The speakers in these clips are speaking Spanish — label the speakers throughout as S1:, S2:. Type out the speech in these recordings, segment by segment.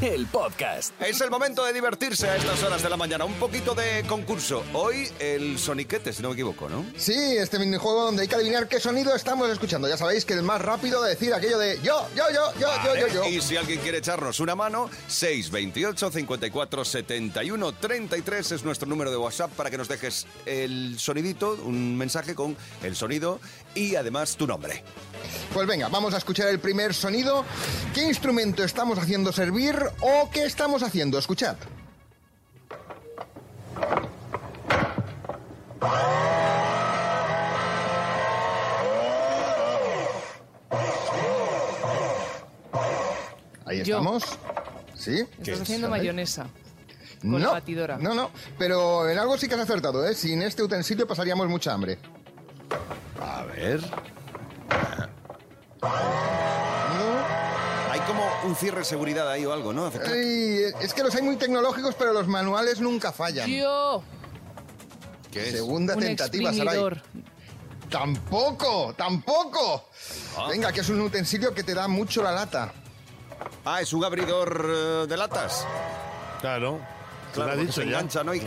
S1: el podcast.
S2: Es el momento de divertirse a estas horas de la mañana. Un poquito de concurso. Hoy el soniquete, si no me equivoco, ¿no?
S3: Sí, este minijuego donde hay que adivinar qué sonido estamos escuchando. Ya sabéis que el más rápido de decir aquello de yo, yo, yo, yo,
S2: Vale,
S3: yo, yo, yo.
S2: Y si alguien quiere echarnos una mano, 628 54 71 33 es nuestro número de WhatsApp para que nos dejes el sonidito, un mensaje con el sonido y además tu nombre.
S3: Pues venga, vamos a escuchar el primer sonido. ¿Qué instrumento estamos haciendo servir o qué estamos haciendo? Escuchad. Ahí
S4: Yo.
S3: estamos. ¿Sí?
S4: Estás haciendo mayonesa. con
S3: no,
S4: la batidora.
S3: No, no, pero en algo sí que has acertado, ¿eh? Sin este utensilio pasaríamos mucha hambre.
S2: A ver. Hay como un cierre de seguridad ahí o algo, ¿no? Hace clac.
S3: Ay, es que los hay muy tecnológicos, pero los manuales nunca fallan.
S4: Yo,
S2: ¿Qué es?
S3: Segunda
S4: un
S3: tentativa, Saray.
S4: exprimidor.
S3: ¡Tampoco! ¡Tampoco! Venga, que es un utensilio que te da mucho la lata.
S2: Ah, es un abridor eh, de latas.
S5: Claro. Tú lo
S2: Claro,
S5: has
S2: porque
S5: dicho
S2: se
S5: ya.
S2: engancha, ¿no? Y- Eh.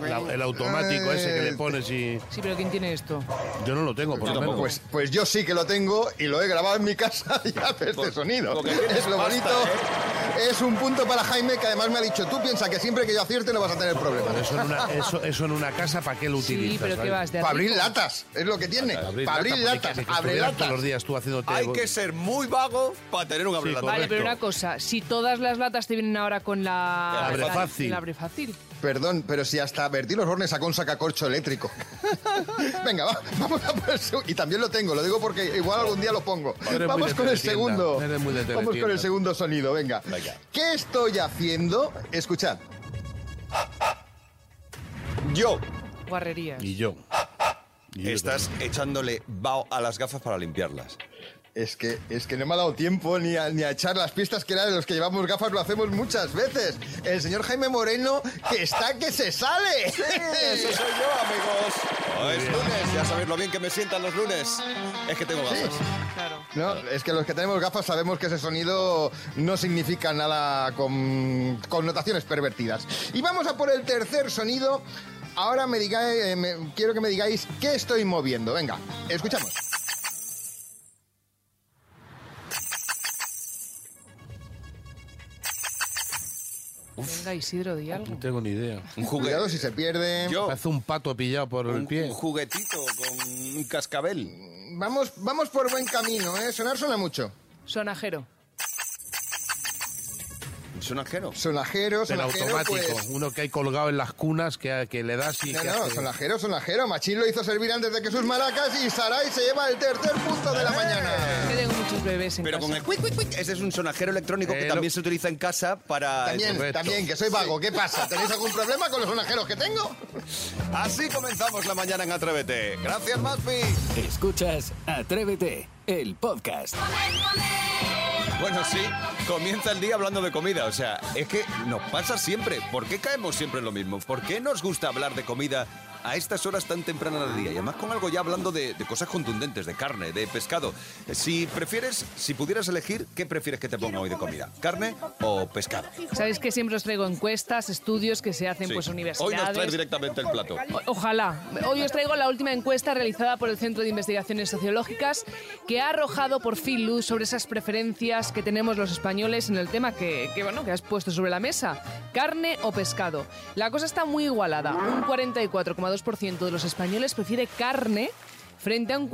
S5: Claro. La- el automático ese que le pones y...
S4: Sí, pero ¿quién tiene esto?
S5: Yo no lo tengo, por
S2: Yo
S5: lo
S2: tampoco.
S5: menos.
S3: Pues, pues yo sí que lo tengo y lo he grabado en mi casa y hace este
S2: Por-
S3: sonido.
S2: porque tienes
S3: Es lo
S2: pasta,
S3: bonito.
S5: ¿eh?
S3: Es un punto para Jaime que además me ha dicho, tú piensa que siempre que yo acierte no vas a tener problemas.
S5: Eso en una, eso, eso en una casa, ¿para qué lo utilizas?
S4: sí, pero ¿qué
S5: ¿sabes?
S4: vas de
S3: Para
S4: arriba?
S3: abrir latas, es lo que tiene. Para abrir
S5: lata, porque
S3: latas,
S5: que- que
S3: abre
S5: estuvieras todos los
S3: latas.
S5: días tú haciéndote...
S2: Hay que ser muy vago para tener un abridor.
S5: correcto.
S4: Vale, pero una cosa, si todas las latas te vienen ahora con la...
S5: El abre
S4: la-
S5: fácil.
S4: el abre fácil.
S3: Perdón, pero si hasta Bertí los Hornes sacó un sacacorcho eléctrico. Venga, va, vamos a por el seg- Y también lo tengo, lo digo porque igual algún día lo pongo.
S5: Eres muy
S3: vamos
S5: de
S3: con el
S5: teletienda,
S3: segundo.
S5: eres muy de
S3: Vamos con el
S5: teletienda.
S3: segundo sonido, venga.
S2: Venga.
S3: ¿Qué estoy haciendo? Escuchad.
S2: Yo.
S4: Guarrerías.
S5: Y yo. Y yo
S2: Estás echándole bao a las gafas para limpiarlas.
S3: Es que, es que no me ha dado tiempo ni a, ni a echar las pistas que era de los que llevamos gafas, lo hacemos muchas veces. El señor Jaime Moreno, que está que se sale.
S2: Eso soy yo, amigos. Oh, es lunes, ya sabéis lo bien que me sientan los lunes. Es que tengo gafas.
S4: Claro.
S3: No, es que los que tenemos gafas sabemos que ese sonido no significa nada con connotaciones pervertidas. Y vamos a por el tercer sonido. Ahora me digáis, eh, me- quiero que me digáis qué estoy moviendo. Venga, escuchamos.
S4: Venga, Isidro, di algo.
S5: No tengo ni idea.
S2: Un juguete.
S3: Cuidado si se pierde.
S2: Yo,
S5: Hace un pato pillado por el
S2: un,
S5: pie.
S2: un juguetito con un cascabel.
S3: Vamos, vamos por buen camino, ¿eh? Sonar suena mucho.
S4: Sonajero.
S2: Un sonajero.
S3: Sonajero,
S5: El
S3: sonajero,
S5: automático,
S3: pues-
S5: uno que hay colgado en las cunas que, que le das y
S3: No,
S5: que
S3: no,
S5: hace-
S3: sonajero, sonajero. Machín lo hizo servir antes de que sus maracas y Sarai se lleva el tercer punto de la mañana.
S4: Que tengo muchos bebés en
S2: Pero con
S4: casa.
S2: el cuic, cuic, cuic. Ese es un sonajero electrónico
S5: Eh,
S2: que
S5: lo-
S2: también se utiliza en casa para...
S3: También,
S5: correcto.
S3: también, que soy vago. ¿Qué pasa? ¿Tenéis algún problema con los sonajeros que tengo?
S2: Así comenzamos la mañana en Atrévete. Gracias, Maspi.
S1: Escuchas Atrévete, el podcast.
S2: Bueno, sí, comienza el día hablando de comida. O sea, es que nos pasa siempre. ¿Por qué caemos siempre en lo mismo? ¿Por qué nos gusta hablar de comida a estas horas tan tempranas del día? Y además con algo ya hablando de, de cosas contundentes, de carne, de pescado. Si prefieres, si pudieras elegir, ¿qué prefieres que te ponga hoy de comida? ¿Carne o pescado?
S4: Sabéis que siempre os traigo encuestas, estudios que se hacen
S2: Sí.
S4: pues universidades.
S2: Hoy nos traes directamente el plato.
S4: O- Ojalá. Hoy os traigo la última encuesta realizada por el Centro de Investigaciones Sociológicas que ha arrojado por fin luz sobre esas preferencias que tenemos los españoles en el tema que, que, bueno, que has puesto sobre la mesa, carne o pescado. La cosa está muy igualada. Un 44,2% de los españoles prefiere carne frente a un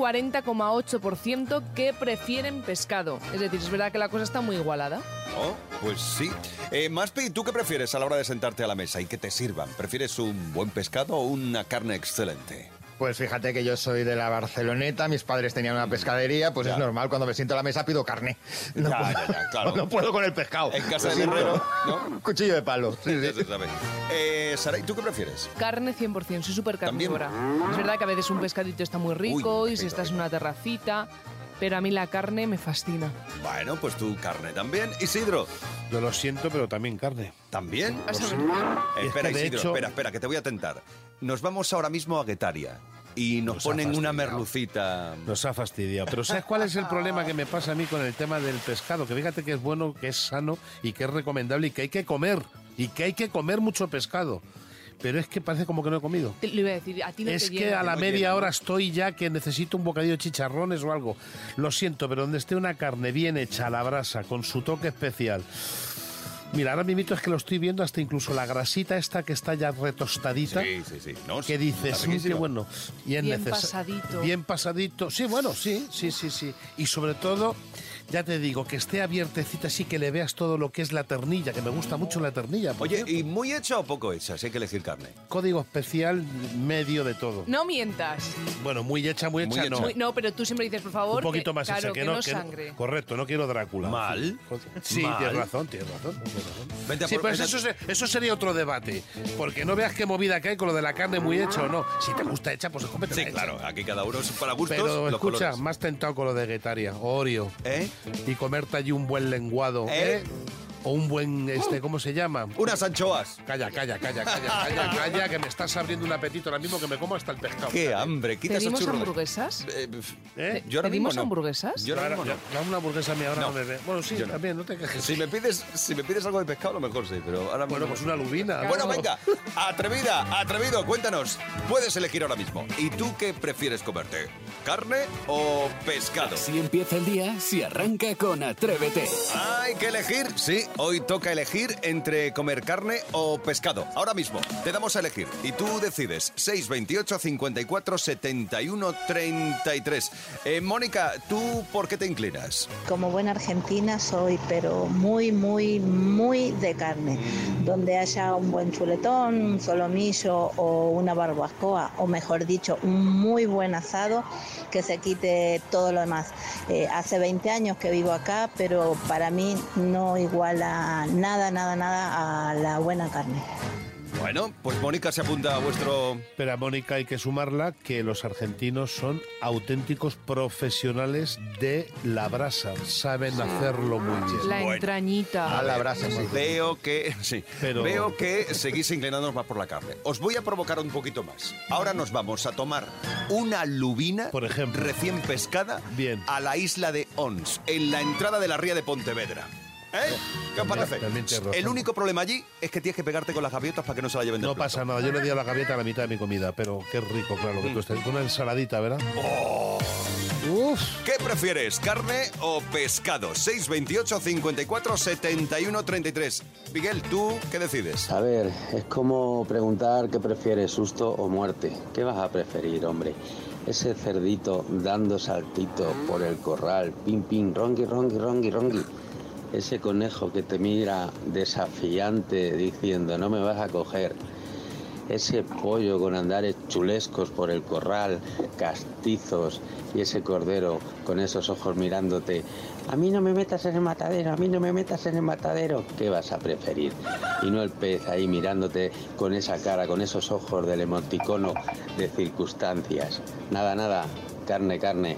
S4: 40,8% que prefieren pescado. Es decir, es verdad que la cosa está muy igualada.
S2: Oh, pues sí. Eh, Maspi, ¿tú qué prefieres a la hora de sentarte a la mesa y que te sirvan? ¿Prefieres un buen pescado o una carne excelente?
S3: Pues fíjate que yo soy de la Barceloneta, mis padres tenían una pescadería, pues es normal, cuando me siento a la mesa pido carne. No,
S2: Ya,
S3: puedo,
S2: ya, ya, claro.
S3: no puedo con el pescado.
S2: En casa
S3: Lo
S2: de
S3: siento.
S2: herrero, ¿no?
S3: Cuchillo de palo. sí, sí.
S2: Ya se sabe. Eh, Saray, ¿tú qué prefieres?
S4: Carne 100%, soy súper
S2: También.
S4: carnívora. Es verdad que a veces un pescadito está muy rico
S2: Uy,
S4: y si
S2: rico,
S4: estás en
S2: rico.
S4: una terracita, pero a mí la carne me fascina.
S2: Bueno, pues tu carne también. Isidro,
S5: Yo lo siento, pero también carne.
S2: ¿también?
S5: Ah,
S4: A saber,
S5: Y es
S2: Espera,
S5: que, de
S2: Isidro,
S5: hecho-
S2: espera, espera, que te voy a tentar. Nos vamos ahora mismo a Guetaria y nos
S5: Nos ha
S2: ponen una
S5: fastidiado.
S2: merlucita.
S5: Nos ha fastidiado. Pero ¿sabes cuál es el problema que me pasa a mí con el tema del pescado? Que fíjate que es bueno, que es sano y que es recomendable y que hay que comer. Y que hay que comer mucho pescado. Pero es que parece como que no he comido.
S4: te- Lo iba a decir, a ti no
S5: Es
S4: te
S5: que
S4: llega.
S5: a la
S2: no
S5: media
S2: llena,
S5: hora estoy ya que necesito un bocadillo de chicharrones o algo. Lo siento, pero donde esté una carne bien hecha a la brasa, con su toque especial. Mira, ahora mismo es que lo estoy viendo hasta incluso la grasita esta que está ya retostadita.
S2: Sí, sí, sí. No, sí,
S5: Que dices,
S2: está
S5: "Mm, qué
S2: riquísima.
S5: bueno. Y es
S4: Bien
S5: neces-
S4: pasadito.
S5: Bien pasadito. Sí, bueno, sí, sí, sí, sí. Y sobre todo, ya te digo, que esté abiertecita, así que le veas todo lo que es la ternilla, que me gusta mucho la ternilla. por
S2: Oye,
S5: cierto.
S2: ¿y muy hecha o poco hecha? Si hay que elegir carne.
S5: Código especial, medio de todo.
S4: No mientas.
S5: Bueno, muy hecha, muy hecha,
S2: Muy hecha.
S5: no.
S2: Muy-
S4: Muy- no, pero tú siempre dices, por favor,
S5: un poquito
S4: que,
S5: más
S4: claro,
S5: esa,
S4: que, no, sangre.
S5: correcto, no quiero Drácula.
S2: Mal.
S5: Sí,
S2: Mal.
S5: tienes razón, tienes razón. tienes razón.
S2: Vente a
S5: sí,
S2: por-
S5: pues
S2: vente
S5: eso,
S2: a-
S5: se- eso sería otro debate. Porque no veas qué movida que hay con lo de la carne muy hecha o no. Si te gusta hecha, pues escópete
S2: Sí, claro, aquí cada uno es para gustos.
S5: Pero
S2: los
S5: escucha,
S2: colores.
S5: más tentado con lo de Guetaria, Oreo.
S2: ¿Eh?
S5: Y comerte allí un buen lenguado.
S2: ¿Eh? ¡Oh!
S5: ¿Eh? O un buen, este, ¿cómo se llama?
S2: Unas anchoas.
S5: Calla, calla, calla, calla, calla, calla, que me estás abriendo un apetito ahora mismo que me como hasta el pescado.
S2: ¡Qué hambre! Quita esos
S4: ¿Pedimos
S2: churros.
S4: hamburguesas?
S2: Eh, pf,
S5: ¿Eh?
S2: yo ahora mismo
S4: ¿Pedimos
S2: no.
S4: hamburguesas?
S2: Yo ahora
S5: Ahora,
S2: mismo no.
S5: ya- ya una hamburguesa a mí ahora
S2: No.
S5: no, me ve. Bueno, sí,
S2: Yo no.
S5: también, no te quejes.
S2: Si me pides, si me pides algo de pescado, a lo mejor sí, pero ahora
S5: Bueno,
S2: mismo-
S5: pues una lubina. ¿no?
S2: Bueno, venga, atrevida, atrevido, cuéntanos. Puedes elegir ahora mismo. ¿Y tú qué prefieres comerte? ¿Carne o pescado?
S1: Si empieza el día, si arranca con Atrévete.
S2: Hay que elegir. Sí, hoy toca elegir entre comer carne o pescado. Ahora mismo, te damos a elegir. Y tú decides. 628 54 71 33. Eh, Mónica, ¿tú por qué te inclinas?
S6: Como buena argentina soy, pero muy, muy, muy de carne. Donde haya un buen chuletón, un solomillo o una barbacoa, o mejor dicho, un muy buen asado, que se quite todo lo demás. Eh, hace 20 años que vivo acá, pero para mí no iguala nada, nada, nada a la buena carne.
S2: Bueno, pues Mónica se apunta a vuestro.
S5: Pero a Mónica hay que sumarla que los argentinos son auténticos profesionales de la brasa. Saben hacerlo muy bien.
S4: La
S2: Bueno.
S4: entrañita.
S3: A la brasa, sí.
S2: Veo que. Sí,
S5: Pero-
S2: veo que seguís inclinándonos más por la carne. Os voy a provocar un poquito más. Ahora nos vamos a tomar una lubina.
S5: Por ejemplo.
S2: Recién pescada.
S5: Bien.
S2: A la isla de Ons, en la entrada de la ría de Pontevedra. ¿Eh? ¿Qué os parece?
S5: también tienes razón.
S2: El único problema allí es que tienes que pegarte con las gaviotas para que no se la lleven del
S5: No
S2: plato.
S5: pasa nada, yo le di a la gavieta a la mitad de mi comida, pero qué rico, claro, que tú estás con una ensaladita, ¿verdad? Uf.
S2: ¿Qué prefieres, carne o pescado? 628 54 71 33. Miguel, ¿tú qué decides?
S7: Pues, A ver, es como preguntar qué prefieres, susto o muerte. ¿Qué vas a preferir, hombre? Ese cerdito dando saltito por el corral, pim, pim, ronqui, ronqui, ronqui, ronqui. Ese conejo que te mira desafiante diciendo no me vas a coger. Ese pollo con andares chulescos por el corral, castizos, y ese cordero con esos ojos mirándote. A mí no me metas en el matadero, a mí no me metas en el matadero. ¿Qué vas a preferir? Y no el pez ahí mirándote con esa cara, con esos ojos del emoticono de circunstancias. Nada, nada, carne, carne.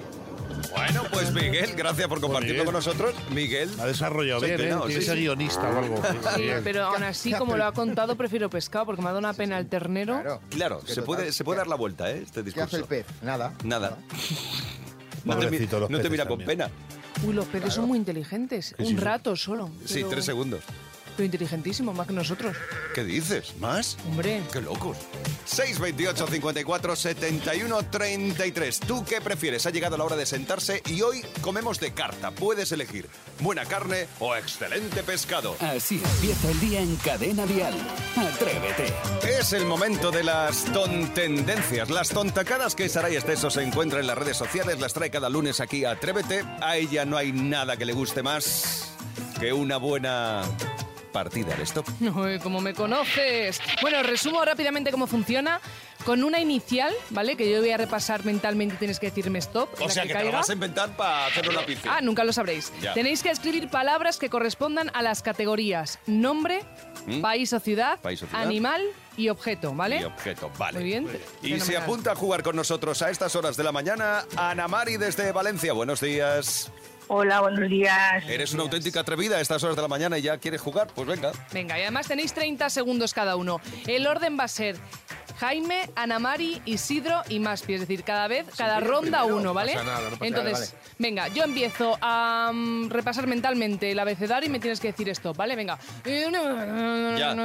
S2: Bueno, pues Miguel, gracias por compartirlo
S5: Miguel.
S2: con nosotros. Miguel.
S5: Ha desarrollado
S2: se ha
S5: bien, ¿eh?
S2: inclinado,
S5: Tiene
S2: sí,
S5: que ser
S2: sí.
S5: guionista o algo.
S4: Sí,
S5: Bien.
S4: pero aún así, como lo ha contado, prefiero pescado porque me ha dado una pena el ternero.
S3: Claro,
S2: Claro,
S3: Es que
S2: se
S3: total,
S2: puede, se puede
S3: ¿qué-
S2: dar la vuelta, ¿eh? Este
S3: ¿Qué hace el
S2: discurso.
S3: pez? Nada.
S2: Nada. No te, mi-
S5: Pobrecito, los
S2: no te
S5: peces
S2: mira con
S5: también.
S2: pena.
S4: Uy, los peces son muy inteligentes. Un rato solo.
S2: Sí,
S4: pero-
S2: tres segundos.
S4: Pero inteligentísimos, más que nosotros.
S2: ¿Qué dices? ¿Más?
S4: Hombre.
S2: ¡Qué locos! 628 54 71 33. ¿Tú qué prefieres? Ha llegado la hora de sentarse y hoy comemos de carta. Puedes elegir buena carne o excelente pescado.
S1: Así empieza el día en Cadena Dial. Atrévete.
S2: Es el momento de las tontendencias, las tontacadas que Saray Esteso se encuentra en las redes sociales, las trae cada lunes aquí a Atrévete. A ella no hay nada que le guste más que una buena partida al stop.
S4: No, eh, como me conoces. Bueno, resumo rápidamente cómo funciona. con una inicial, ¿vale? Que yo voy a repasar mentalmente, tienes que decirme stop.
S2: O
S4: la
S2: sea, que, te lo
S4: caiga.
S2: vas a inventar para hacer una piscina.
S4: Ah, nunca lo sabréis.
S2: Ya.
S4: Tenéis que escribir palabras que correspondan a las categorías nombre,
S2: ¿Mm?
S4: país o ciudad,
S2: País o ciudad.
S4: animal y objeto, ¿vale?
S2: Y objeto, vale.
S4: Muy bien.
S2: Y se
S4: Fenomenal.
S2: apunta a jugar con nosotros a estas horas de la mañana Ana Mari desde Valencia. Buenos días.
S8: Hola, buenos días.
S2: Eres una auténtica atrevida a estas horas de la mañana y ya quieres jugar. Pues venga.
S4: Venga, y además tenéis 30 segundos cada uno. El orden va a ser Jaime, Anamari, Isidro y Maspi. Es decir, cada vez, cada ronda uno, ¿vale?
S5: pasa nada, no pasa
S4: Entonces, venga, yo empiezo a mm, repasar mentalmente el abecedario y me tienes que decir esto, ¿vale? Venga.
S2: Ya.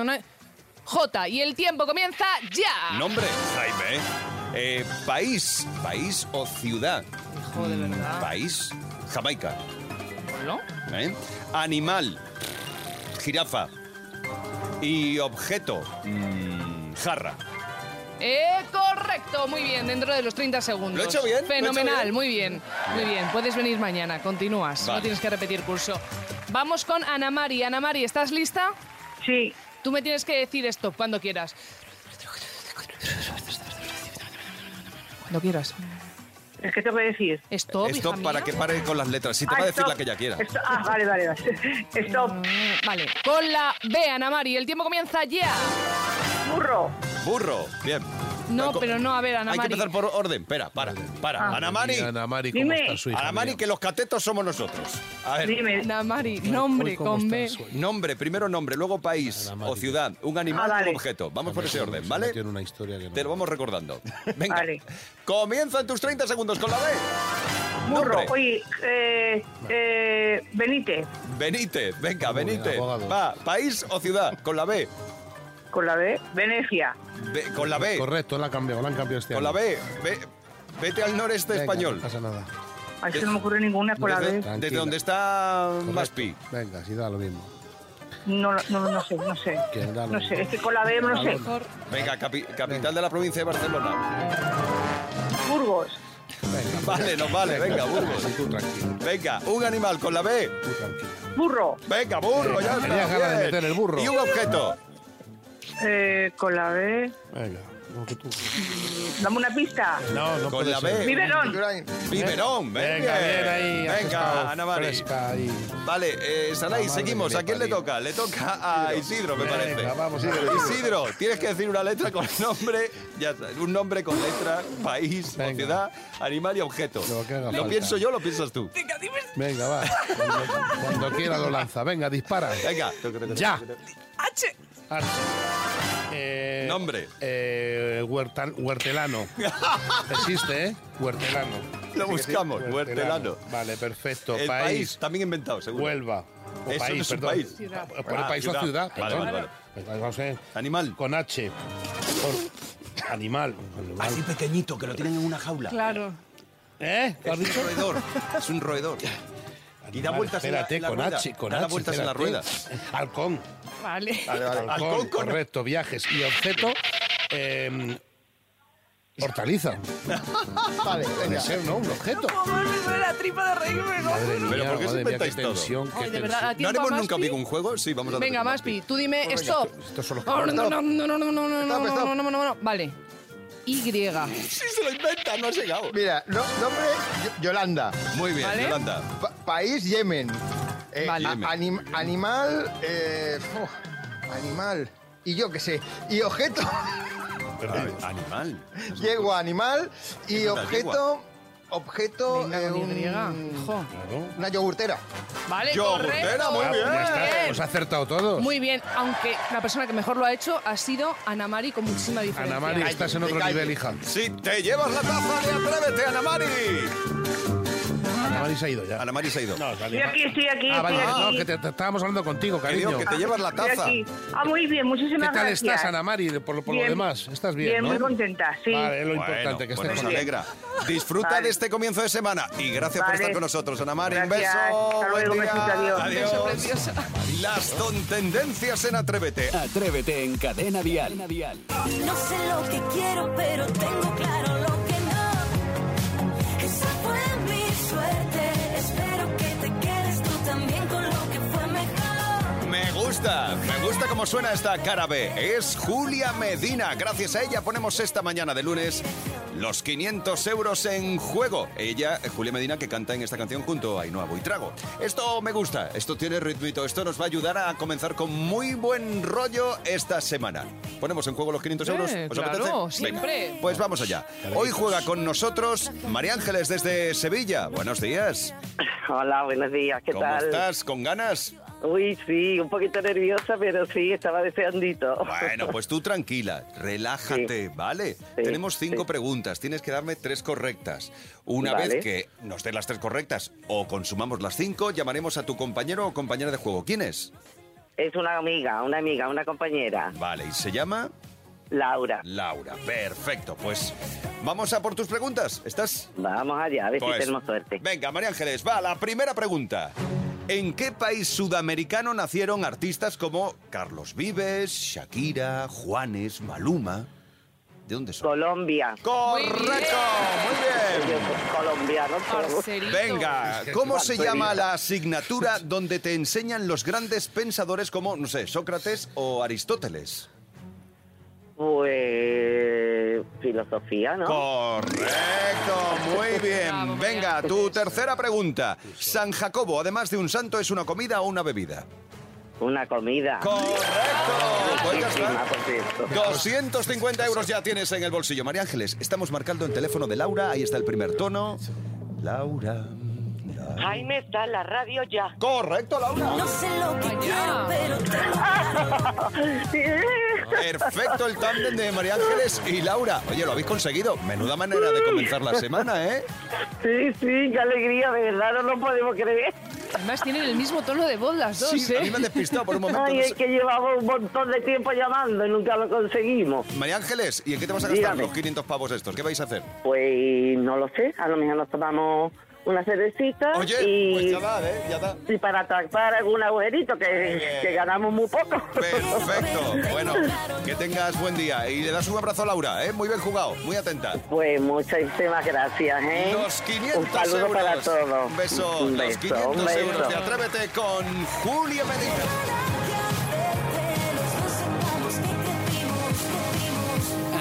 S4: J, y el tiempo comienza ya.
S2: Nombre, Jaime. Eh, país, país o ciudad.
S4: Hijo, de
S8: Ah.
S4: verdad.
S2: País, Jamaica.
S4: ¿No?
S2: ¿eh? Animal, jirafa. Y objeto, mm, jarra.
S4: Eh, correcto, muy bien, dentro de los 30 segundos.
S2: ¿Lo he hecho bien? ¿Lo he hecho
S4: Fenomenal,
S2: bien?
S4: muy bien, muy bien. Puedes venir mañana, continúas,
S2: Vale.
S4: no tienes que repetir curso. Vamos con Ana Mari. Ana Mari, ¿estás lista?
S8: Sí,
S4: Tú me tienes que decir stop cuando quieras. Cuando quieras.
S8: es que tengo que decir.
S4: Stop, hija
S2: Esto para
S4: mía.
S2: que pare con las letras. Si te
S8: Oh, Ah,
S2: va a decir
S8: stop.
S2: la que ella quiera.
S8: Stop. Ah, vale, vale, vale. Stop.
S4: Mm, Vale, con la B, Ana Mari, el tiempo comienza ya.
S5: Mm.
S8: Burro.
S2: Burro, bien.
S4: No,
S2: Paco,
S4: pero no, a ver, Ana
S2: Hay que
S4: Mari.
S2: empezar por orden. Espera, para, para.
S8: Ah.
S2: Ana Mari,
S5: Mira, Ana Mari, ¿cómo
S8: Dime.
S5: está su hija?
S2: Ana Mari,
S5: mía?
S2: que los catetos somos nosotros. A ver,
S8: Dime.
S4: Ana Mari,
S5: Uy,
S4: nombre
S5: ¿cómo
S4: con
S5: está
S4: B.
S5: su hija?
S2: nombre, primero nombre, luego país
S5: Ana Mari.
S2: o ciudad, un animal
S8: Ah,
S2: o
S8: vale.
S2: un objeto. Vamos por ese
S5: Se
S2: orden,
S5: metió
S2: ¿vale?
S5: en una historia que no-
S2: Te lo vamos recordando. Venga.
S8: Vale.
S2: Comienzan tus 30 segundos con la B.
S8: Burro.
S2: Nombre.
S8: Oye, eh, eh, Benítez.
S2: Benítez, venga,
S5: Muy bien,
S2: Benítez.
S5: abogado.
S2: Va, país o ciudad, con la B.
S8: Con la B. Venecia.
S2: Ve- con la B.
S5: Correcto, la han cambiado, la han cambiado este
S2: Con la
S5: año.
S2: B. Ve- vete al noreste
S5: Venga,
S2: español.
S5: No pasa nada.
S8: Ay, es que no me ocurre ninguna con la B.
S5: Tranquila.
S2: Desde donde está
S5: Correcto.
S2: Maspi.
S5: Venga, si da lo mismo.
S8: No, no, no sé, no sé.
S5: Que da lo
S8: No
S5: mismo.
S8: sé, es que con la B no sé.
S4: Mejor.
S2: Venga, capi- capital de la provincia de Barcelona.
S8: Burgos.
S5: Venga,
S2: Vale, nos vale, venga, Burgos.
S5: Y tú tranquilo,
S2: Venga, un animal con la B.
S5: tú tranquilo.
S8: Burro.
S2: Venga, burro, ya está.
S5: Tenías ganas de
S2: bien.
S5: meter el burro.
S2: Y un objeto.
S8: Eh, con la B.
S5: Venga, no, que tú.
S8: Dame una pista.
S5: No, no
S2: Con
S5: puede
S2: la
S5: ser.
S2: B.
S8: Biberón.
S2: Biberón,
S5: Venga,
S2: venga.
S5: bien ahí. has estado
S2: Venga, Ana Mari.
S5: Fresca ahí.
S2: Vale, eh,
S5: La
S2: Saray,
S5: madre
S2: seguimos.
S5: que
S2: ¿A quién le
S5: parió.
S2: toca? Le toca a Isidro, me parece.
S5: Venga, vamos.
S2: Isidro, tienes que decir una letra con nombre, ya está, un nombre con letra, país,
S5: Venga.
S2: ciudad, animal y objeto.
S5: Lo que haga
S2: Lo
S5: falta.
S2: pienso yo, lo piensas tú.
S5: Venga, va. Cuando, cuando quiera lo lanza. Venga, dispara.
S2: Venga,
S5: Ya. H. Eh,
S2: Nombre.
S5: Eh, huertan- huertelano. Existe, ¿eh? Huertelano.
S2: Lo
S5: Sí,
S2: buscamos, huertelano.
S5: Vale, perfecto.
S2: el país,
S5: país.
S2: también inventado, seguro.
S5: Huelva. O
S2: Eso
S5: país,
S2: no es un
S5: perdón.
S2: país.
S4: Ciudad.
S5: Eh, Pone
S2: Ah,
S5: país
S2: ciudad.
S5: o ciudad.
S2: Vale,
S5: perdón.
S2: vale, vale.
S5: Venga, Vamos a ver.
S2: Animal.
S5: Con H. Con- Animal.
S2: Ah.
S5: animal.
S9: Así pequeñito, que lo tienen en una jaula.
S4: Claro.
S5: ¿Eh? ¿Lo has
S2: Es
S5: dicho?
S2: un roedor, es un roedor. Y da
S5: Vale,
S2: vueltas en la-
S5: espérate,
S2: en la,
S5: con
S2: rueda.
S5: H, con
S2: da
S5: H.
S2: vueltas en la rueda.
S5: espérate. Halcón.
S4: Vale.
S2: Ah.
S5: Halcón,
S2: Halcón con-
S5: correcto, viajes y objeto. eh, hortaliza.
S3: Vale,
S5: Puede
S3: venga.
S5: ser, ¿no? Un objeto.
S4: la tripa de reírme,
S5: Madre mía,
S2: ¿por qué os
S5: madre mía, qué
S2: inventáis todo?
S5: tensión, qué
S4: Ay, de
S5: tensión.
S4: verdad, ¿a
S2: ¿No
S4: tiempo a
S2: haremos nunca
S4: Maspi?
S2: un juego? Sí, vamos a hacer
S4: Venga,
S2: con
S4: Maspi, tú dime stop.
S5: Estos son los
S4: No,
S5: que-
S4: no, no, no, no, no, no, no, no,
S3: Stop,
S4: no,
S3: stop.
S4: no, no, no, no. Vale. Y.
S2: Si se lo inventa, no ha llegado.
S3: Mira, no- nombre Y- Yolanda.
S2: Muy bien,
S4: ¿Vale?
S2: Yolanda.
S3: Pa- país Yemen. Eh,
S4: Vale.
S3: a- anim- animal. eh, oh, animal. Y yo qué sé. Y objeto.
S2: Ah, Animal.
S3: Yegua, animal. Y
S2: Es una
S3: objeto. Objeto.
S4: Venga,
S3: eh,
S4: con
S3: un-
S4: Y. Jo.
S5: Claro.
S3: una yogurtera.
S4: Vale,
S2: Yogurtera,
S4: correcto.
S2: muy
S5: Ah, pues ya está,
S4: Bien.
S5: Os ha acertado todos.
S4: Muy bien, aunque la persona que mejor lo ha hecho ha sido Ana Mari con muchísima diferencia.
S5: Ana Mari, estás en otro
S3: calle.
S5: nivel, hija.
S2: Si te llevas la taza de Atrévete, Ana Mari.
S5: Ana Mari se ha ido ya.
S2: Ana Mari se ha ido.
S5: No,
S8: Estoy aquí, estoy aquí,
S5: Ah, vale,
S8: estoy
S5: no,
S8: aquí.
S5: que te, te estábamos hablando contigo,
S2: Que digo
S5: cariño.
S2: que te llevas la
S8: Estoy
S2: taza.
S8: aquí. Ah, muy bien,
S5: ¿Qué
S8: muchísimas
S5: tal
S8: gracias.
S5: estás, Ana Mari, por, por lo
S8: Bien.
S5: demás? ¿Estás bien,
S8: Bien,
S5: no?
S8: muy contenta, sí.
S5: Vale, es lo
S2: Bueno,
S5: importante, que estés
S2: pues nos
S5: con nosotros.
S2: alegra. Disfruta
S8: Vale.
S2: de este comienzo de semana y gracias por
S8: Vale.
S2: estar con nosotros, Ana Mari.
S8: Gracias.
S2: Un beso.
S8: Hasta
S2: buen
S8: luego,
S2: día.
S8: besito, adiós.
S2: Adiós.
S4: Beso preciosa.
S2: Las tendencias en Atrévete.
S1: Atrévete en Cadena Dial.
S10: No sé lo que quiero, pero tengo claro lo que no. Esa fue mi suerte. Espero que te quedes tú también con lo que fue mejor.
S2: Me gusta, me gusta como cómo suena esta cara B. Es Julia Medina. Gracias a ella ponemos esta mañana de lunes los 500 euros en juego. Ella, eh, Julia Medina, que canta en esta canción junto a Ainhoa Buitrago. Esto me gusta, esto tiene ritmito, esto nos va a ayudar a comenzar con muy buen rollo esta semana. ¿Ponemos en juego los 500 euros?
S4: Eh,
S2: ¿Os
S4: claro,
S2: apetece? Venga,
S4: siempre.
S2: pues vamos allá. Hoy juega con nosotros María Ángeles desde Sevilla. Buenos días.
S11: Hola, buenos días, ¿qué
S2: ¿Cómo
S11: tal?
S2: estás? ¿Con ganas?
S11: Uy, sí, un poquito nerviosa, pero sí, estaba deseandito.
S2: Bueno, pues tú tranquila, relájate, ¿vale? Tenemos cinco preguntas, tienes que darme tres correctas. Una
S11: Vale.
S2: vez que nos den las tres correctas o consumamos las cinco, llamaremos a tu compañero o compañera de juego. ¿Quién es?
S11: Es una amiga, una amiga, una compañera.
S2: Vale, y se llama...
S11: Laura.
S2: Laura, perfecto. Pues vamos a por tus preguntas. ¿Estás?
S11: Vamos allá, a ver si
S2: Pues,
S11: tenemos
S2: suerte. Venga, María Ángeles, va, la primera pregunta. ¿En qué país sudamericano nacieron artistas como Carlos Vives, Shakira, Juanes, Maluma? ¿De dónde son?
S11: Colombia.
S2: Correcto, muy bien.
S11: Colombiano.
S4: Ah,
S2: Venga, ¿cómo se llama
S11: Parcerito.
S2: la asignatura donde te enseñan los grandes pensadores como, no sé, Sócrates o Aristóteles?
S11: Pues filosofía, ¿no?
S2: Correcto, muy bien. Venga, tu tercera pregunta. San Jacobo, además de un santo, ¿es una comida o una bebida?
S11: Una comida.
S2: Correcto. Pues ya está.
S11: Riquísima, por cierto.
S2: 250 euros ya tienes en el bolsillo. María Ángeles, estamos marcando el teléfono de Laura. Ahí está el primer tono. Laura.
S10: Jaime está en la radio ya.
S2: Correcto, Laura.
S10: No sé lo que quiero, pero tengo
S2: Perfecto el tándem de María Ángeles y Laura. Oye, lo habéis conseguido. Menuda manera de comenzar la semana, ¿eh?
S11: Sí, sí, qué alegría, de verdad, no lo podemos creer.
S4: Además tienen el mismo tono de voz las dos,
S2: Sí,
S4: ¿eh?
S2: a mí me han despistado por un momento.
S11: Ay,
S2: no
S11: es
S2: sé.
S11: que llevamos un montón de tiempo llamando y nunca lo conseguimos.
S2: María Ángeles, ¿y en qué te vas a gastar
S11: Dígame.
S2: los 500 pavos estos? ¿Qué vais a hacer?
S11: Pues no lo sé, a lo mejor nos tomamos una cervecita
S2: Oye,
S11: Ah, y,
S2: pues ya da, ¿eh? Ya da.
S11: y para atrapar algún agujerito que, que ganamos muy poco.
S2: Perfecto. Bueno, que tengas buen día. Y le das un abrazo a Laura, ¿eh? Muy bien jugado, muy atenta.
S11: Pues muchísimas gracias, ¿eh?
S2: Los 500
S11: Un saludo
S2: euros.
S11: para todos.
S2: Un beso.
S11: Un
S2: los
S11: beso,
S2: 500
S11: un beso.
S2: euros de Atrévete con Julia Medina.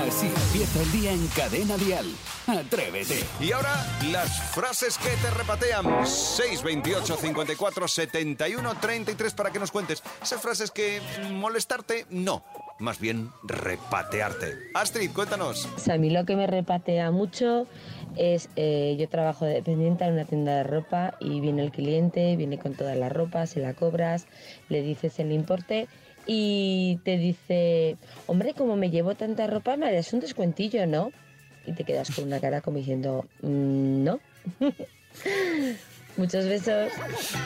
S1: Así empieza el día en Cadena Dial. Atrévete.
S2: Y ahora, las frases que te repatean. 628 54 71 33 para que nos cuentes. Esas frases que mm, molestarte, no. Más bien, repatearte. Astrid, cuéntanos.
S12: O sea, a mí lo que me repatea mucho es, eh, yo trabajo de dependiente en una tienda de ropa y viene el cliente, viene con toda la ropa, se la cobras, le dices el importe y te dice, hombre, como me llevo tanta ropa, me harías un descuentillo, ¿no? Y te quedas con una cara como diciendo, "Mm, no. Muchos besos.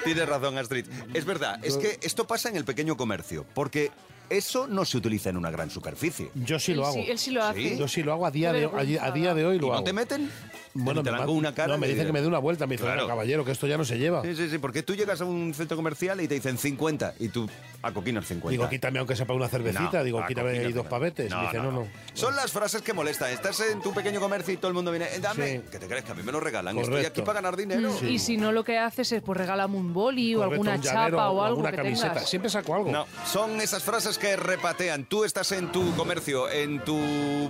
S2: Tienes razón, Astrid. Es verdad, es que esto pasa en el pequeño comercio, porque eso no se utiliza en una gran superficie.
S5: Yo sí
S4: Él
S5: lo hago.
S4: sí- él sí lo hace.
S5: Yo sí lo hago a día,
S4: Qué
S5: de, a, a día de hoy. Lo
S2: ¿Y no
S5: hago.
S2: te meten?
S5: Bueno,
S2: Te
S5: me
S2: dan
S5: ma-
S2: con una cara
S5: No, me
S2: de-
S5: dicen que me dé una vuelta. Me dicen,
S2: Claro.
S5: "Bueno, caballero, que esto ya no se lleva.
S2: Sí, sí, sí, porque tú llegas a un centro comercial y te dicen 50 y tú a coquinos 50.
S5: Digo, quítame aunque sea para una cervecita.
S2: No,
S5: digo,
S2: a
S5: quítame
S2: coquinos,
S5: ahí dos
S2: no.
S5: pavetes.
S2: No,
S5: me dice,
S2: no,
S5: no,
S2: no.
S5: no.
S2: Son las frases que molestan. Estás en tu pequeño comercio y todo el mundo viene, "Eh, dame, que te crees que a mí me lo regalan, estoy
S5: Correcto.
S2: aquí para ganar dinero.
S4: Y si no, lo que haces es pues regálame un boli o
S5: Correcto,
S4: alguna
S5: un llavero
S4: chapa o
S5: o
S4: algo
S5: alguna
S4: que
S5: camiseta.
S4: tengas.
S5: Siempre saco algo.
S2: No, son esas frases que repatean. Tú estás en tu comercio, en tu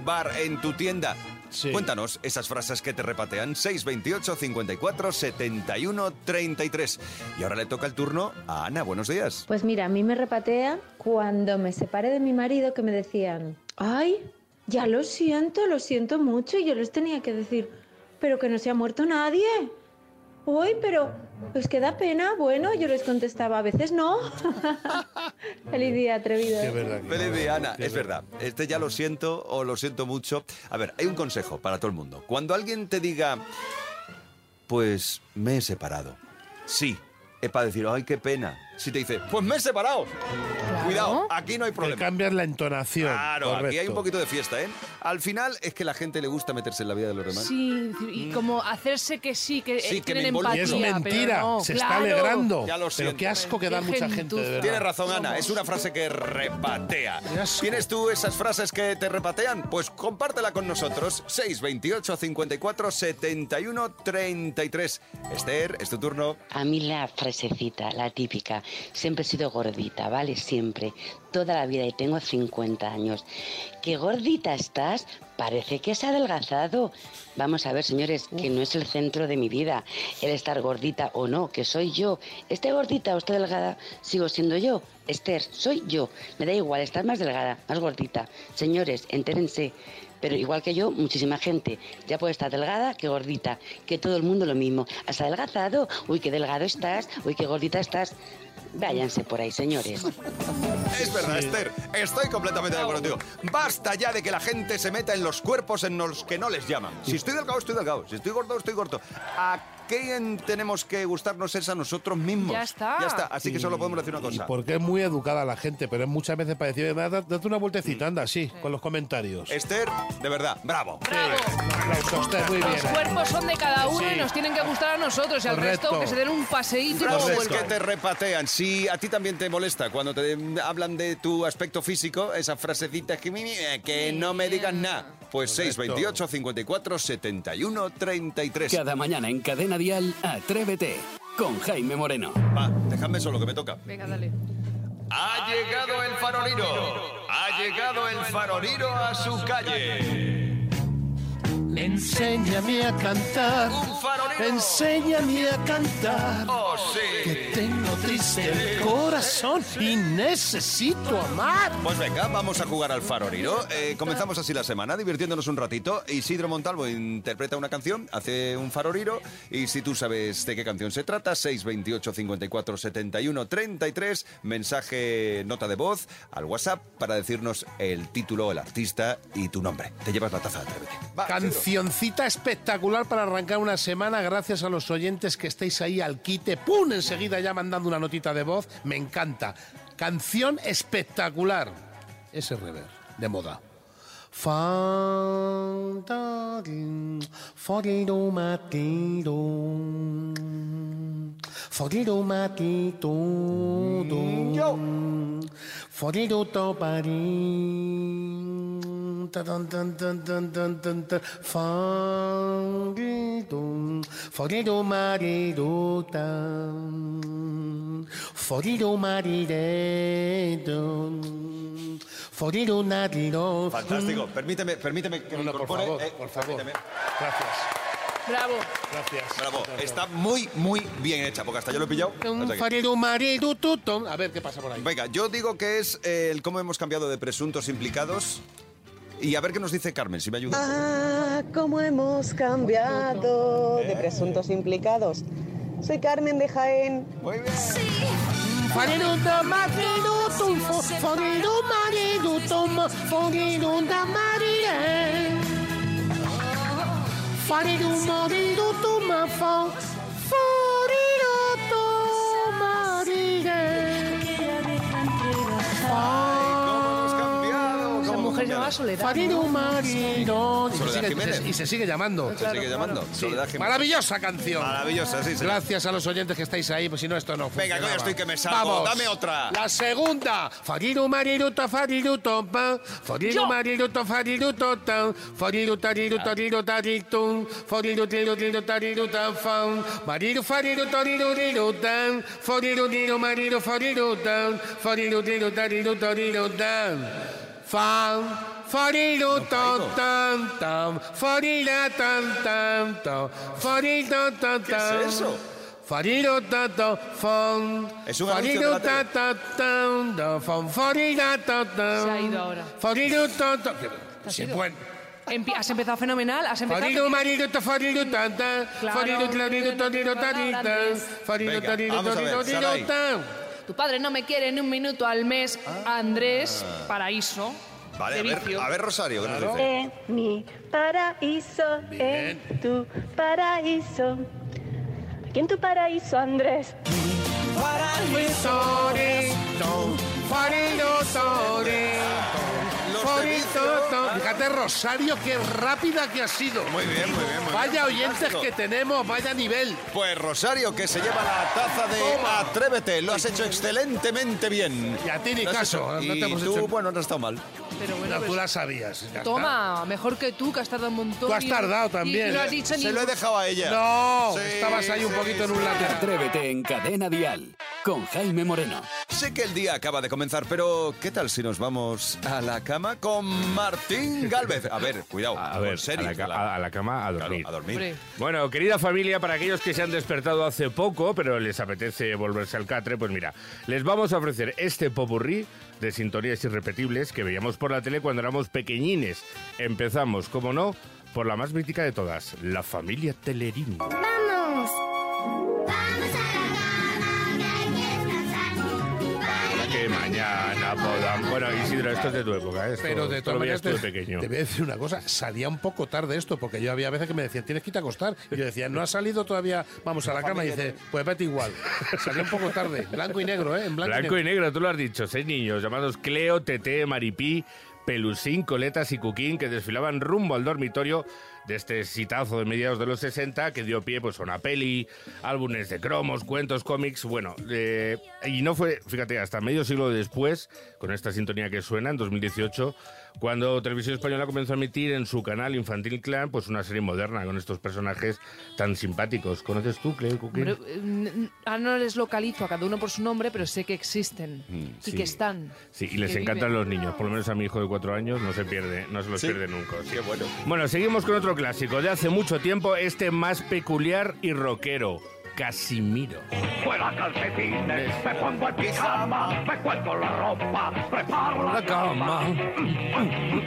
S2: bar, en tu tienda. Cuéntanos esas frases que te repatean. 628 54 71 33. Y ahora le toca el turno a Ana. Buenos días.
S13: Pues mira, a mí me repatea cuando me separé de mi marido que me decían, ay, ya lo siento, lo siento mucho, y yo les tenía que decir, pero que no se ha muerto nadie. Uy, pero os queda pena. Bueno, yo les contestaba, a veces no. Feliz día, atrevido.
S2: Feliz día, Ana. Es verdad. Este ya lo siento o lo siento mucho. A ver, hay un consejo para todo el mundo. Cuando alguien te diga, pues me he separado. Sí, es para decir, ay, qué pena. Si te dice, pues me he separado. Cuidado, aquí no hay problema.
S5: Cambias la entonación.
S2: Claro, aquí hay
S5: correcto.
S2: un poquito de fiesta, ¿eh? Al final es que la gente le gusta meterse en la vida de los demás.
S4: Sí, y
S5: Mm.
S4: como hacerse que sí, que
S2: Sí,
S4: eh,
S2: que me
S4: tienen
S2: involucro.
S4: empatía.
S5: Y es
S2: Tía,
S5: mentira,
S4: pero no,
S5: se está
S4: claro.
S5: alegrando.
S2: Ya lo
S5: pero
S2: siento.
S5: qué asco que da
S4: Qué
S5: mucha gente, de
S4: gentuza.
S5: verdad.
S2: Tienes razón, Ana. Es una frase que repatea. ¿Tienes tú esas frases que te repatean? Pues compártela con nosotros. 628 54 71 33. Esther, es tu turno.
S14: A mí la fresecita, la típica. Siempre he sido gordita, ¿vale? Siempre. siempre, toda la vida, y tengo 50 años. ¡Qué gordita estás! Parece que has adelgazado. Vamos a ver, señores, que no es el centro de mi vida el estar gordita o no, que soy yo. Esté gordita o esté delgada, sigo siendo yo. Esther, soy yo. Me da igual estar más delgada, más gordita. Señores, entérense. Pero igual que yo, muchísima gente. Ya puede estar delgada que gordita. Que todo el mundo lo mismo. Has adelgazado. Uy, qué delgado estás. Uy, qué gordita estás. Váyanse por ahí, señores.
S2: Es verdad, Esther. Estoy completamente de acuerdo contigo. Basta ya de que la gente se meta en los cuerpos en los que no les llaman. Si estoy delgado, estoy delgado. Si estoy gordo, estoy gordo. ¿A quién tenemos que gustarnos es a nosotros mismos?
S4: Ya está.
S2: Ya está. Así que
S5: Y-
S2: solo podemos decir una
S5: Y
S2: cosa.
S5: porque es muy educada la gente, pero es muchas veces para decir, "Da- da- date una
S2: Mm.
S5: vueltecita, anda, sí, con los comentarios.
S2: Esther, de verdad, bravo.
S5: Aplauso a usted, muy bien. ¿eh?
S4: Los cuerpos son de cada uno y nos tienen que gustar a nosotros y al
S2: Correcto.
S4: resto que se den un paseíto y luego
S2: Frases que
S4: vuelvan.
S2: te repatean. Si a ti también te molesta cuando te hablan de tu aspecto físico, esa frasecita que, eh, que no me digas nada. Pues 628 54 71 33.
S1: Cada mañana en Cadena Dial, Atrévete con Jaime Moreno.
S2: Va, déjame solo que me toca.
S4: Venga, dale.
S2: Ha llegado el farolino. Ha llegado el farolino a su calle.
S5: Enséñame a cantar. Enséñame a cantar. Que tengo triste el corazón y necesito amar.
S2: Pues venga, vamos a jugar al farolino. Eh, comenzamos así la semana, divirtiéndonos un ratito. Isidro Montalvo interpreta una canción, hace un farolino. Y si tú sabes de qué canción se trata, 628 54 71 33, mensaje, nota de voz al WhatsApp para decirnos el título, el artista y tu nombre. Te llevas la taza, atrévete.
S5: Cancioncita espectacular para arrancar una semana. Gracias a los oyentes que estáis ahí al quite. ¡Pum! Enseguida ya mandando una notita de voz. Me encanta. Canción espectacular. Ese rever, de moda. Fantasy, fodido matido, fodido matido, Mm. fodido toparín, ta tan tan tan tan tan tan tan, fodido, fodido marido tan, fodido marido, fodido narido.
S2: Fantástico. Permíteme, permíteme que me
S5: No, no, por
S2: incorpore.
S5: favor,
S2: Eh,
S5: por favor.
S2: permíteme.
S5: Gracias.
S4: Bravo.
S5: Gracias.
S2: Bravo. Está muy, muy bien hecha, porque hasta yo lo he pillado. O sea que-
S5: Fariru, mariru, tutum. A ver qué pasa por ahí.
S2: Venga, yo digo que es eh, el cómo hemos cambiado de presuntos implicados. Y a ver qué nos dice Carmen, si me ayuda.
S15: Ah, cómo hemos cambiado de presuntos implicados. Soy Carmen de Jaén.
S2: Muy bien.
S5: Fariru, da, mariru, tum, fo- fariru, mariru, tum, fariru, da, marire. Fariru, mariru, tum, fo- fariru, tum, marire.
S4: Esa mujer se llama Soledad.
S5: Fariru, mariru. Y se
S2: Soledad
S5: sigue-
S2: Jiménez.
S5: y se sigue llamando.
S2: Se sigue llamando. Soledad Jiménez.
S5: Maravillosa canción.
S2: Maravillosa, sí, señor.
S5: Gracias a los oyentes que estáis ahí, pues si no, esto no
S2: Venga, que
S5: funcionaba.
S2: hoy estoy que me salgo.
S5: Vamos.
S2: Dame otra.
S5: La segunda. Fariru mariruto fariruto pa. Fariru
S2: Yo.
S5: mariruto fariruto tan. Fariru tariru tariru taritum. Fariru tiru tiru tariru tan fan. Mariru fariru tariru tiru tan. Fariru tiru mariru fariru tan. Fariru tiru tariru tariru tan. Fan. Fariru tan tan tan. Farira tan tan tan. Farira tan tan.
S2: ¿Qué es eso?
S5: Fariro ta ta fan.
S2: Es un anuncio de
S5: Fariro
S2: la tele.
S5: ta ta tan da fan. Farira ta ta.
S4: Se ha ido ahora.
S5: Fariro ta ta. Sí, bueno.
S4: Empi- has empezado fenomenal, has empezado...
S5: Fariro mariro ta fariro ta ta.
S4: Claro.
S5: Fariro clariro tariro tarita. Fariro
S2: Venga,
S5: tariro
S2: vamos a ver,
S5: tariro
S2: Sarai.
S5: tariro ta.
S4: Tu padre no me quiere ni un minuto al mes.
S5: Ah.
S4: Andrés Paraíso.
S2: Vale, a ver, a ver, Rosario, ¿qué nos
S5: Eh,
S2: dice?
S16: En mi paraíso, en tu paraíso. Aquí en tu paraíso, Andrés.
S5: Farito, fariro tarito. Farito ta. Fíjate, Rosario, qué rápida que ha sido.
S2: Muy bien, muy bien, muy bien.
S5: Vaya oyentes
S2: Fantástico.
S5: que tenemos, vaya nivel.
S2: Pues Rosario, que se lleva la taza de
S5: Toma.
S2: Atrévete. Lo has hecho excelentemente bien.
S5: Y a ti ni
S2: Lo has
S5: caso,
S2: hecho-
S5: no
S2: y
S5: te hemos
S2: tú,
S5: hecho-
S2: bueno, no has estado mal.
S4: Pero bueno,
S5: No,
S4: pues-
S5: tú la sabías. ya está.
S4: Toma, mejor que tú, que has tardado un montón.
S5: Tú has
S4: y-
S5: tardado
S4: y-
S5: también.
S4: y no has dicho ni...
S5: Se lo he dejado
S2: a ella.
S5: No,
S2: Sí,
S5: estabas ahí un
S2: sí,
S5: poquito en un lateral.
S1: Atrévete en Cadena Dial. con Jaime Moreno.
S2: Sé que el día acaba de comenzar, pero ¿qué tal si nos vamos a la cama con Martín Galvez? A ver, cuidado,
S17: A ver,
S2: con serio.
S17: a la ca- a, a la cama a dormir.
S2: a dormir. Hombre.
S17: Bueno, querida familia, para aquellos que se han despertado hace poco, pero les apetece volverse al catre, pues mira, les vamos a ofrecer este popurrí de sintonías irrepetibles que veíamos por la tele cuando éramos pequeñines. Empezamos, como no, por la más mítica de todas, la familia Telerín.
S10: ¡Vamos!
S17: Para que mañana podamos... Bueno, Isidro, esto es de tu época, ¿eh? Esto-
S5: Pero de
S17: esto lo
S5: todas
S17: veías
S5: maneras,
S17: tú
S5: te,
S17: de pequeño.
S5: te voy a decir una cosa, salía un poco tarde esto, porque yo había veces que me decían, tienes que irte a acostar. Y yo decía, no ha salido todavía, vamos a la cama. Y dice, pues vete igual. Salía un poco tarde, blanco y negro, ¿eh? En blanco,
S17: Blanco y negro, tú lo has dicho. Seis niños llamados Cleo, Tete, Maripí, Pelusín, Coletas y Cuquín que desfilaban rumbo al dormitorio de este sitazo de mediados de los 60 que dio pie pues, a una peli, álbumes de cromos, cuentos, cómics. Bueno, eh, y no fue, fíjate, hasta medio siglo después, con esta sintonía que suena en 2018, cuando Televisión Española comenzó a emitir en su canal Infantil Clan pues una serie moderna con estos personajes tan simpáticos. ¿Conoces tú, Cleo y Cuquín?
S4: Hombre, eh, n- n- ahora no les localizo a cada uno por su nombre, pero sé que existen
S17: Mm,
S4: y
S17: sí.
S4: que están.
S17: Sí, y les
S4: que
S17: encantan
S4: viven.
S17: los niños. Por lo menos a mi hijo de cuatro años no se pierde, no se los
S2: Sí.
S17: pierde nunca. sí.
S2: Qué bueno.
S17: Bueno, seguimos con otro clásico de hace mucho tiempo, este más peculiar y rockero, Casimiro.
S10: Fuera calcetines, me pongo el pijama, me cuelgo la ropa, Mm, preparo la cama. mm,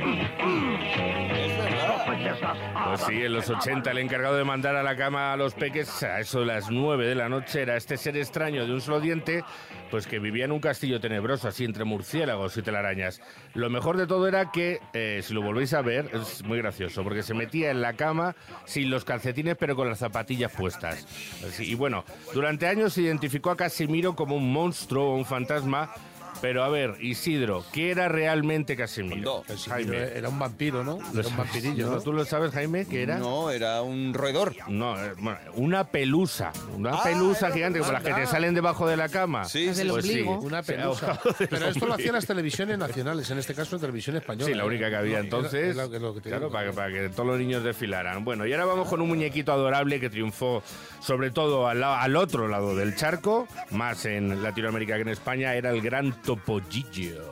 S17: Pues sí, en los 80 el encargado de mandar a la cama a los peques a eso de las 9 de la noche era este ser extraño de un solo diente, pues que vivía en un castillo tenebroso, así entre murciélagos y telarañas. Lo mejor de todo era que, eh, si lo volvéis a ver, es muy gracioso, porque se metía en la cama sin los calcetines, pero con las zapatillas puestas. Así- y bueno, durante años se identificó a Casimiro como un monstruo o un fantasma. Pero a ver, Isidro, ¿qué era realmente Casimiro?
S5: Casimiro era un vampiro, ¿no? Era un vampirillo, ¿no?
S17: ¿Tú lo sabes, Jaime? ¿Qué era?
S2: No, era un roedor. Ah,
S17: No, eh, bueno, una pelusa. Una pelusa gigante, como las que te salen debajo de la cama.
S5: Sí,
S17: Pues
S5: Una
S17: Sí,
S5: pelusa.
S17: abajo del
S5: Pero esto lo hacían
S17: ombligo.
S5: las televisiones nacionales, en este caso en televisión española. ¿eh?
S17: Sí, la única que había
S5: Era-
S17: entonces.
S5: era lo que- lo que te
S17: claro,
S5: digo.
S17: para que, para que todos los niños desfilaran. Bueno, y ahora vamos con un muñequito adorable que triunfó, sobre todo al, la- al otro lado del charco, más en Latinoamérica que en España, era el gran Topollillo.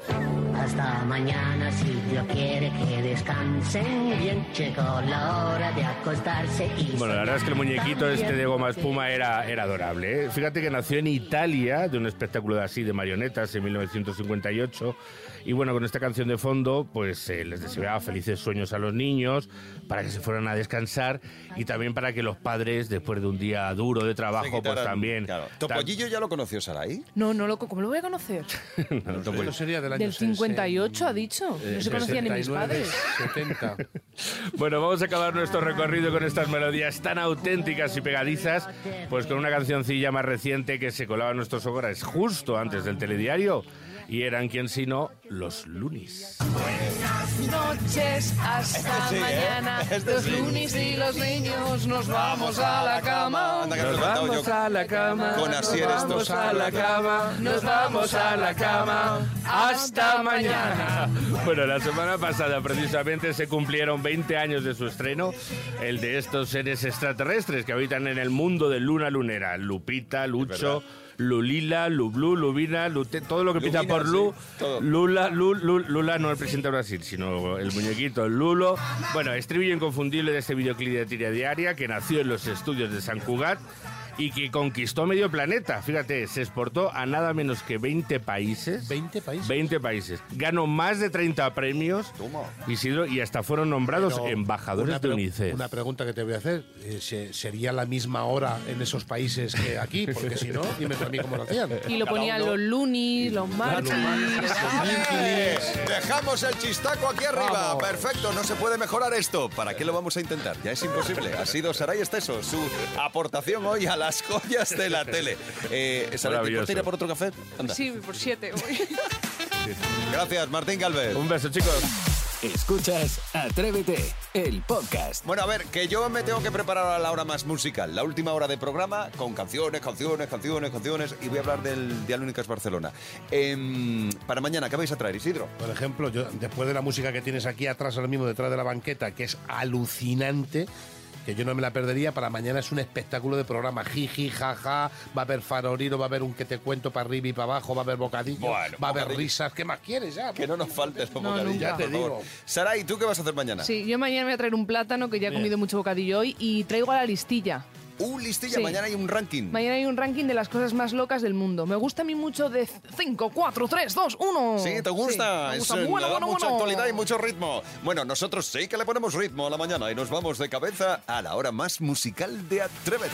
S18: Hasta mañana si Dios quiere que descansen bien. Llegó la hora de acostarse y...
S17: Bueno, la verdad es que el muñequito este de goma espuma era, era adorable. ¿eh? Fíjate que nació en Italia de un espectáculo así de marionetas en 1958. Y bueno, con esta canción de fondo, pues eh, les deseaba felices sueños a los niños para que se fueran a descansar y también para que los padres, después de un día duro de trabajo, pues
S2: quitaran,
S17: también.
S2: ¿Topollillo ya lo conoció Saraí?
S4: No, no lo, co- ¿cómo lo voy a conocer?
S17: Topollillo.
S5: sería del
S4: Del 58 ha dicho.
S17: eh,
S4: No se conocían ni mis padres.
S5: 70.
S17: Bueno, vamos a acabar nuestro recorrido con estas melodías tan auténticas y pegadizas, pues con una cancioncilla más reciente que se colaba en nuestros hogares justo antes del telediario y eran quien sino los Lunis.
S4: Noches hasta
S17: Este sí, ¿eh?
S4: mañana.
S17: Este
S4: los
S17: sí.
S4: lunes y los niños nos vamos a la cama.
S2: Anda, que lo he cantado yo.
S4: a la cama.
S2: Con Asier
S4: nos vamos
S2: estos.
S4: a la cama. Nos vamos a la cama. Hasta mañana.
S17: Bueno, la semana pasada precisamente se cumplieron 20 años de su estreno, el de estos seres extraterrestres que habitan en el mundo de Luna Lunera, Lupita, Lucho, Lulila, Lublu, Lubina, Lute, todo lo que empieza
S2: Lubina,
S17: por Lu,
S2: sí, todo.
S17: Lula, Lu- Lu- Lula no el presidente de Brasil, sino el muñequito Lulo. Bueno, estribillo inconfundible de este videoclip de tira diaria que nació en los estudios de San Cugat y que conquistó medio planeta. Fíjate, se exportó a nada menos que 20 países. 20 países. 20 países. Ganó más de 30 premios. Isidro, y hasta fueron nombrados
S5: Pero
S17: embajadores
S5: una
S17: de
S5: pre-
S17: UNICEF.
S5: Una pregunta que te voy a hacer. eh, se- ¿Sería la misma hora en esos países que aquí? Porque si no, dime tú a mí cómo lo hacían.
S4: Y lo ponían los lunes, los martes.
S2: ¡Eh! Dejamos el chistaco aquí arriba. Perfecto, no se puede mejorar esto. ¿Para qué lo vamos a intentar? Ya es imposible. Ha sido Saray Esteso, su aportación hoy a las joyas de la tele. Eh, Saray, ¿te importa ir a por otro café? Anda.
S4: Sí, por siete. voy.
S2: Gracias, Martín Galvez.
S17: Un beso, chicos.
S1: Escuchas Atrévete, el podcast.
S2: Bueno, a ver, que yo me tengo que preparar a la hora más musical, la última hora de programa, con canciones, canciones, canciones, canciones, y voy a hablar del Dial Únicas Barcelona. Em, para mañana, ¿qué vais a traer, Isidro?
S5: Por ejemplo, yo, después de la música que tienes aquí atrás, ahora mismo detrás de la banqueta, que es alucinante, que yo no me la perdería. Para mañana es un espectáculo de programa. Jiji, jaja, va a haber faroriro, va a haber un que te cuento para arriba y para abajo, va a haber bocadillo, va a haber
S2: bocadillo.
S5: risas. ¿Qué más quieres ya?
S2: Que no nos falte los
S5: No,
S2: bocadillos,
S5: nunca.
S2: ya te
S5: Por favor.
S2: digo. Sara, ¿y tú qué vas a hacer mañana?
S4: Sí, yo mañana me voy a traer un plátano que ya he
S2: Bien. Mm.
S4: comido mucho bocadillo hoy y traigo a la listilla.
S2: Un listilla,
S4: Sí.
S2: mañana hay un ranking.
S4: Mañana hay un ranking de las cosas más locas del mundo. Me gusta a mí mucho de 5, 4, 3, 2, 1.
S2: Sí, te gusta.
S4: me
S2: Es,
S4: gusta.
S2: eh,
S4: Bueno,
S2: le da
S4: bueno,
S2: mucha
S4: bueno.
S2: actualidad y mucho ritmo. Bueno, nosotros sí que le ponemos ritmo a la mañana y nos vamos de cabeza a la hora más musical de Atrévete.